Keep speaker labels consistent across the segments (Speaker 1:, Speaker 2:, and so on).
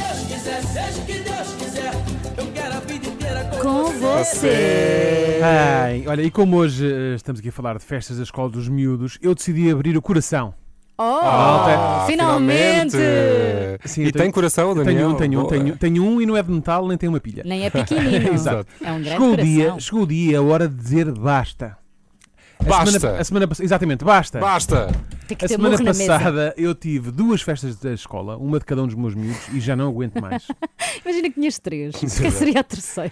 Speaker 1: Seja o que Deus quiser, eu quero a vida inteira
Speaker 2: Com você.
Speaker 3: Ai, olha, e como hoje eh, estamos aqui a falar de festas da escola dos miúdos, eu decidi abrir o coração.
Speaker 2: Oh,
Speaker 3: Ah,
Speaker 2: finalmente!
Speaker 3: Sim, eu
Speaker 4: e
Speaker 3: tenho-
Speaker 4: tem coração,
Speaker 3: Tenho
Speaker 4: Daniel?
Speaker 3: um, tenho um,
Speaker 4: Boa.
Speaker 3: tenho, tenho um e não é de metal, nem tem uma pilha.
Speaker 2: Nem é pequenino.
Speaker 4: Exato.
Speaker 2: É um grande
Speaker 3: Chegou o,
Speaker 2: coração.
Speaker 3: dia, chegou o dia, a hora de dizer basta. A
Speaker 4: Basta.
Speaker 3: semana- a semana pass- exatamente, basta.
Speaker 4: Basta!
Speaker 2: Tem que
Speaker 3: A
Speaker 2: ter
Speaker 3: semana
Speaker 2: burro na mesa.
Speaker 3: passada eu tive duas festas da escola, uma de cada um dos meus miúdos, e já não aguento mais.
Speaker 2: Imagina que tinhas três. Que
Speaker 4: Exato.
Speaker 2: seria a terceira.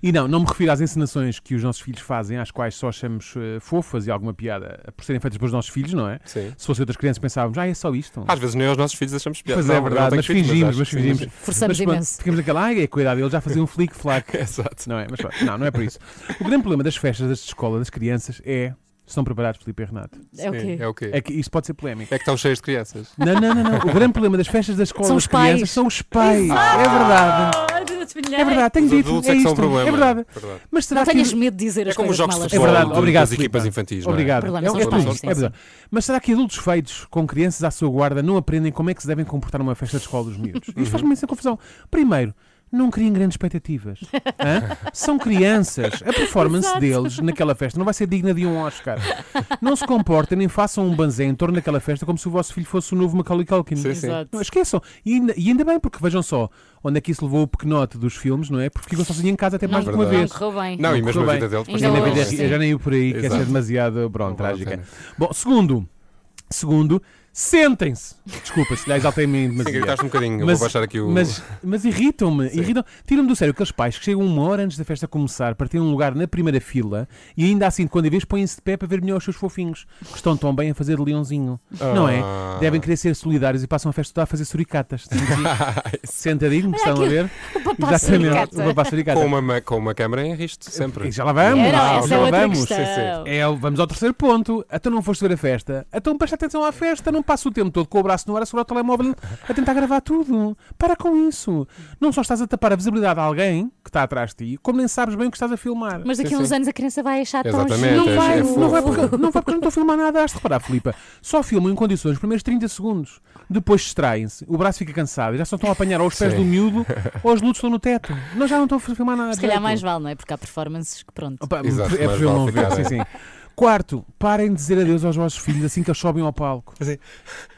Speaker 3: E não, não me refiro às encenações que os nossos filhos fazem, às quais só achamos eh, fofas e alguma piada por serem feitas pelos nossos filhos, não é?
Speaker 4: Sim.
Speaker 3: Se fossem outras crianças pensávamos, ah, é só isto.
Speaker 4: Às vezes nem aos nossos filhos achamos piada.
Speaker 3: Pois
Speaker 4: Não,
Speaker 3: é
Speaker 4: eu não
Speaker 3: verdade,
Speaker 4: tenho
Speaker 3: mas
Speaker 4: filhos,
Speaker 3: fingimos,
Speaker 4: acho
Speaker 3: mas
Speaker 4: que
Speaker 3: fingimos.
Speaker 2: Forçamos
Speaker 3: mas pronto,
Speaker 2: imenso.
Speaker 3: ficamos naquela, ai, é cuidado, ele já fazia um flick-flack.
Speaker 4: Exato.
Speaker 3: não é? Mas pronto, não, não é para isso. O grande problema das festas das escolas das crianças é, estão preparados, Filipe e Renato?
Speaker 2: É o quê?
Speaker 4: Sim, É o quê?
Speaker 3: É que isto pode ser polémico.
Speaker 4: É que estão cheios de crianças.
Speaker 3: Não, não, não, não. O grande problema das festas das escolas
Speaker 2: São
Speaker 3: das
Speaker 2: os pais.
Speaker 3: crianças são os pais. É verdade. É verdade, tenho
Speaker 4: Os
Speaker 3: dito.
Speaker 4: adultos
Speaker 3: é
Speaker 4: é que
Speaker 3: isto.
Speaker 4: são um problema.
Speaker 3: É verdade.
Speaker 4: Verdade.
Speaker 3: Mas será
Speaker 2: Não
Speaker 3: que
Speaker 2: tenhas medo de dizer
Speaker 4: É
Speaker 2: as
Speaker 4: como os
Speaker 2: coisas
Speaker 4: jogos de
Speaker 2: malas.
Speaker 3: É
Speaker 4: futebol
Speaker 3: verdade,
Speaker 4: de-
Speaker 3: obrigado,
Speaker 4: das equipas
Speaker 3: Filipe.
Speaker 4: infantis. não é?
Speaker 3: Obrigado.
Speaker 2: Problemas
Speaker 3: É,
Speaker 2: são
Speaker 3: é
Speaker 2: os
Speaker 3: por isso,
Speaker 2: pais, sim,
Speaker 3: é verdade. Mas será que adultos feitos com crianças à sua guarda não aprendem como é que se devem comportar numa festa de escola dos miúdos? Isto faz-me imensa confusão. Primeiro, não criem grandes expectativas. Hã? São crianças. A performance
Speaker 2: Exato.
Speaker 3: deles naquela festa não vai ser digna de um Oscar. Não se comportem nem façam um banzé em torno daquela festa como se o vosso filho fosse o novo Macaulay Culkin.
Speaker 4: Sim, sim.
Speaker 2: Exato.
Speaker 3: Não, esqueçam. E ainda, e ainda bem, porque vejam só onde é que isso levou o pequenote dos filmes, não é? Porque ficou sozinho em casa até mais de uma
Speaker 4: verdade.
Speaker 2: Não
Speaker 3: vez.
Speaker 2: correu bem.
Speaker 4: Não, e
Speaker 3: é Não
Speaker 4: mesmo
Speaker 3: correu
Speaker 4: a
Speaker 3: bem.
Speaker 4: vida dele. depois
Speaker 2: Ainda
Speaker 3: Ainda
Speaker 4: não
Speaker 3: na
Speaker 2: hoje,
Speaker 3: vida,
Speaker 4: vale.
Speaker 2: sim.
Speaker 3: eu já nem ia por aí, que essa é
Speaker 4: Exato.
Speaker 3: demasiado
Speaker 4: Não
Speaker 3: pronto,
Speaker 4: vale a
Speaker 3: trágica.
Speaker 4: pena.
Speaker 3: Bom, segundo, segundo, sentem-se. Desculpa, se lhe exaltei-me
Speaker 4: Sim,
Speaker 3: demasiado.
Speaker 4: gritaste um bocadinho. Eu
Speaker 3: Mas-
Speaker 4: vou baixar aqui o.
Speaker 3: Mas, mas irritam-me, irritam tiram-me do sério aqueles pais que chegam uma hora antes da festa começar para ter um lugar na primeira fila e ainda assim, de quando em vez, põem-se de pé para ver melhor os seus fofinhos, que estão tão bem a fazer de leãozinho, não é?
Speaker 4: Ah.
Speaker 3: Devem querer ser solidários e passam a festa toda a fazer suricatas. Sentadinho, me estão a ver?
Speaker 2: O papá
Speaker 3: Exatamente, o
Speaker 2: suricata.
Speaker 3: papá suricata.
Speaker 4: Com uma, ma- com uma câmera em risto, sempre.
Speaker 3: E já lá vamos,
Speaker 2: Era,
Speaker 4: Ah,
Speaker 2: essa
Speaker 3: já
Speaker 2: é
Speaker 3: lá
Speaker 2: outra
Speaker 3: vamos.
Speaker 2: questão.
Speaker 4: sim, sim.
Speaker 3: É, vamos ao terceiro ponto. Então não foste ver a festa. Então presta atenção à festa. Não passa o tempo todo com o braço no ar a segurar o telemóvel a tentar gravar tudo. Para com isso. Não só estás a tapar a visibilidade a alguém que está atrás de ti, como nem sabes bem o que estás a filmar.
Speaker 2: Mas daqui a uns anos a criança vai achar tão
Speaker 4: Exatamente,
Speaker 2: giro.
Speaker 4: é-
Speaker 3: Não vai,
Speaker 4: é
Speaker 3: não, vai
Speaker 4: fofo.
Speaker 3: porque, não vai porque eu não estou a filmar nada. Has de reparar, Filipa. Só filmam em condições os primeiros 30 segundos. Depois distraem-se, o braço fica cansado e já só estão a apanhar ou os pés
Speaker 4: Sim.
Speaker 3: do miúdo ou os lutos estão no teto. Nós já não estou a filmar nada.
Speaker 2: Se calhar
Speaker 3: direito.
Speaker 2: mais vale, não é? Porque há performances que pronto.
Speaker 3: Opa,
Speaker 4: Exato,
Speaker 3: é
Speaker 4: mais
Speaker 3: possível
Speaker 4: vale
Speaker 3: não ver,
Speaker 4: ficar,
Speaker 3: sim,
Speaker 4: é.
Speaker 3: sim. Quarto, parem de dizer adeus aos vossos filhos assim que eles sobem ao palco.
Speaker 4: Sim.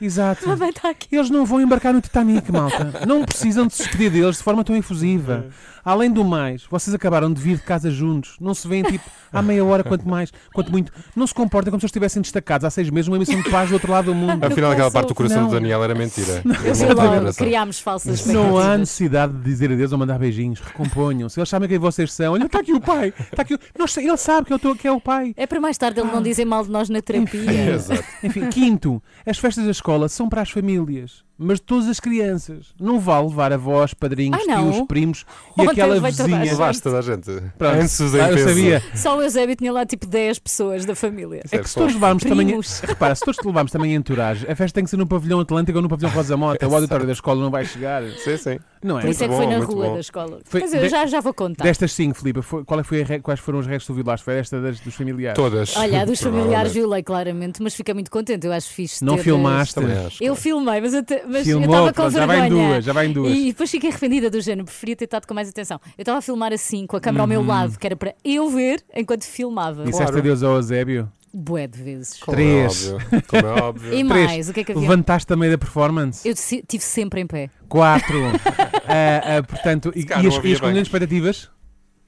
Speaker 3: Exato.
Speaker 2: Mamãe está aqui.
Speaker 3: Eles não vão embarcar no Titanic, malta. Não precisam de se despedir deles de forma tão
Speaker 4: É.
Speaker 3: efusiva. Além do mais, vocês acabaram de vir de casa juntos. Não se veem tipo há meia hora, quanto mais, quanto muito. Não se comportem como se eles estivessem destacados há seis meses numa missão de paz do outro lado do mundo.
Speaker 4: Afinal, aquela
Speaker 2: posso.
Speaker 4: parte do coração
Speaker 3: Não.
Speaker 4: do Daniel era mentira.
Speaker 2: Eu sei
Speaker 3: é
Speaker 4: Não tem
Speaker 2: logo,
Speaker 4: coração.
Speaker 2: criámos falsas
Speaker 3: Não há
Speaker 2: expectativas.
Speaker 3: necessidade de dizer adeus ou mandar beijinhos. Recomponham-se. Eles sabem quem vocês são. Olha, está aqui o pai. Está aqui o... Nós- Ele sabe que, eu estou, que é o pai.
Speaker 2: É para mais tarde ele
Speaker 3: Ah.
Speaker 2: não dizer mal de nós na terapia.
Speaker 4: Exato.
Speaker 3: Enfim, quinto, as festas da escola são para as famílias, mas de todas as crianças. Não vale levar avós, padrinhos,
Speaker 2: Ai, não.
Speaker 3: tios, primos e
Speaker 2: Ontem
Speaker 3: aquela
Speaker 2: levei toda a
Speaker 3: vizinha.
Speaker 4: Levaste toda a gente.
Speaker 3: Pronto.
Speaker 4: Antes em
Speaker 3: Ah, eu
Speaker 4: peso.
Speaker 3: sabia.
Speaker 2: Só o Eusébio tinha lá tipo 10 pessoas da família.
Speaker 3: É que se todos levarmos também.
Speaker 2: Primos.
Speaker 3: Repara, se todos levarmos também entourage, a festa tem que ser no pavilhão Atlântico ou no pavilhão Rosa Mota. O auditório da escola não vai chegar.
Speaker 4: Sim, sim.
Speaker 3: Não é?
Speaker 2: Por isso é que
Speaker 4: bom,
Speaker 2: foi na
Speaker 4: muito
Speaker 2: rua
Speaker 4: bom.
Speaker 2: da escola.
Speaker 3: Foi
Speaker 2: Mas eu
Speaker 3: de-
Speaker 2: já, já vou contar.
Speaker 3: Destas cinco, Filipe, foi- qual é que foi a re- quais foram os restos do vilares? Foi esta das- dos familiares?
Speaker 4: Todas.
Speaker 2: Olha, a dos familiares
Speaker 4: Provavelmente.
Speaker 2: violei claramente, mas fiquei muito contente. Eu acho fixe.
Speaker 3: Não
Speaker 2: ter- eh,
Speaker 3: filmaste?
Speaker 4: Também acho.
Speaker 2: Eu filmei, mas eu te- mas eu
Speaker 3: Filmou,
Speaker 2: estava com
Speaker 3: pronto, já vai
Speaker 2: vergonha.
Speaker 3: em duas, já vai em duas.
Speaker 2: E depois fiquei arrependida do género, preferia ter estado com mais atenção. Eu estava a filmar assim, com a câmera ao
Speaker 3: Uhum.
Speaker 2: meu lado, que era para eu ver enquanto filmava.
Speaker 3: Disseste
Speaker 4: Claro.
Speaker 3: adeus ao Eusébio?
Speaker 2: Bué de vezes.
Speaker 4: Como é
Speaker 3: Três.
Speaker 4: óbvio. Como é óbvio.
Speaker 2: E
Speaker 3: Três.
Speaker 2: mais, o que é que havia?
Speaker 3: Levantaste também da performance?
Speaker 2: Eu deci- tive sempre em pé.
Speaker 3: Quatro. Ah, ah, portanto, e,
Speaker 4: Se calhar
Speaker 3: e
Speaker 4: não
Speaker 3: as, e
Speaker 4: havia
Speaker 3: as
Speaker 4: bem.
Speaker 3: grandes expectativas?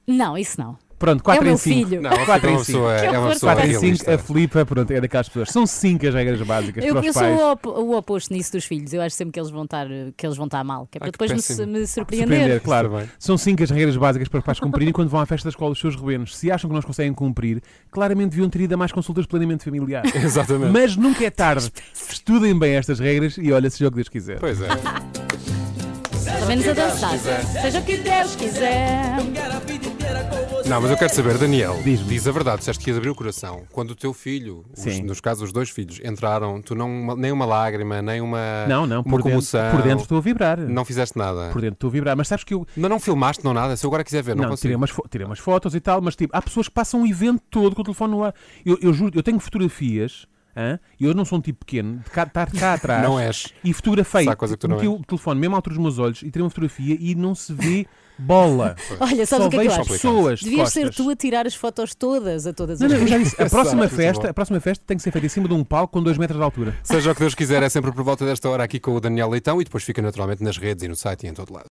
Speaker 2: Não, isso não.
Speaker 3: Pronto,
Speaker 2: é
Speaker 3: quatro
Speaker 2: o meu
Speaker 3: em cinco.
Speaker 2: filho.
Speaker 4: Não, afinal,
Speaker 3: Quatro em
Speaker 4: uma
Speaker 3: cinco.
Speaker 4: pessoa, é uma
Speaker 2: horror.
Speaker 4: pessoa
Speaker 3: 4 em 5,
Speaker 4: realista.
Speaker 3: a Filipa, pronto, é daquelas pessoas. São 5 as regras básicas
Speaker 2: Eu,
Speaker 3: É para os
Speaker 2: eu sou
Speaker 3: pais.
Speaker 2: o, op- o oposto nisso dos filhos. Eu acho sempre que eles vão estar, que eles vão estar mal, que é para
Speaker 3: Ah,
Speaker 4: Ai, que
Speaker 2: depois me,
Speaker 4: péssimo.
Speaker 2: me
Speaker 3: Surpreender,
Speaker 2: surpreender.
Speaker 3: claro.
Speaker 4: Está é bem.
Speaker 3: São 5 as regras básicas para os pais cumprirem quando vão à festa da escola os seus rebenos. Se acham que não as conseguem cumprir, claramente deviam ter ido a mais consultas de planeamento familiar.
Speaker 4: Exatamente.
Speaker 3: Mas nunca é tarde. Estudem bem estas regras e olha, seja o que Deus quiser.
Speaker 4: Pois é.
Speaker 2: Pelo menos a dançar. Seja o que Deus quiser.
Speaker 1: Eu quero a vida inteira com você.
Speaker 4: Não, mas eu quero saber, Daniel,
Speaker 3: Diz-me.
Speaker 4: diz a verdade, disseste que ias abrir o coração. Quando o teu filho, os-
Speaker 3: Sim.
Speaker 4: nos casos os dois filhos, entraram, tu não, nem uma lágrima, nem uma,
Speaker 3: Não, não,
Speaker 4: é. uma
Speaker 3: por dentro,
Speaker 4: comoção,
Speaker 3: por dentro estou a vibrar.
Speaker 4: não fizeste nada.
Speaker 3: Por dentro estou a vibrar. Mas sabes que eu,
Speaker 4: Não, não filmaste, não nada, se eu agora quiser ver, não,
Speaker 3: Não, tirei
Speaker 4: consigo.
Speaker 3: umas, fo- tirei umas fotos e tal, mas tipo, há pessoas que passam o evento todo com o telefone no ar. Eu, eu juro, eu tenho fotografias hã? E eu não sou um tipo pequeno, de cá, estar cá atrás.
Speaker 4: Não és.
Speaker 3: E fotografei,
Speaker 4: Sabe a coisa que tu não é.
Speaker 3: meti
Speaker 4: és.
Speaker 3: o telefone mesmo à altura dos meus olhos e tirei uma fotografia e não se vê bola.
Speaker 2: Olha, sabes
Speaker 3: Só
Speaker 2: o que é que eu
Speaker 3: vejo
Speaker 2: acho?
Speaker 3: pessoas de
Speaker 2: Devias ser
Speaker 3: costas.
Speaker 2: tu a tirar as fotos todas a todas
Speaker 3: Não,
Speaker 2: as
Speaker 3: não, eu já disse, a próxima,
Speaker 4: Exato, muito
Speaker 3: festa,
Speaker 4: bom.
Speaker 3: a próxima festa tem que ser feita em cima de um palco com 2 metros de altura.
Speaker 4: Seja o que Deus quiser, é sempre por volta desta hora aqui com o Daniel Leitão e depois fica naturalmente nas redes e no site e em todo lado.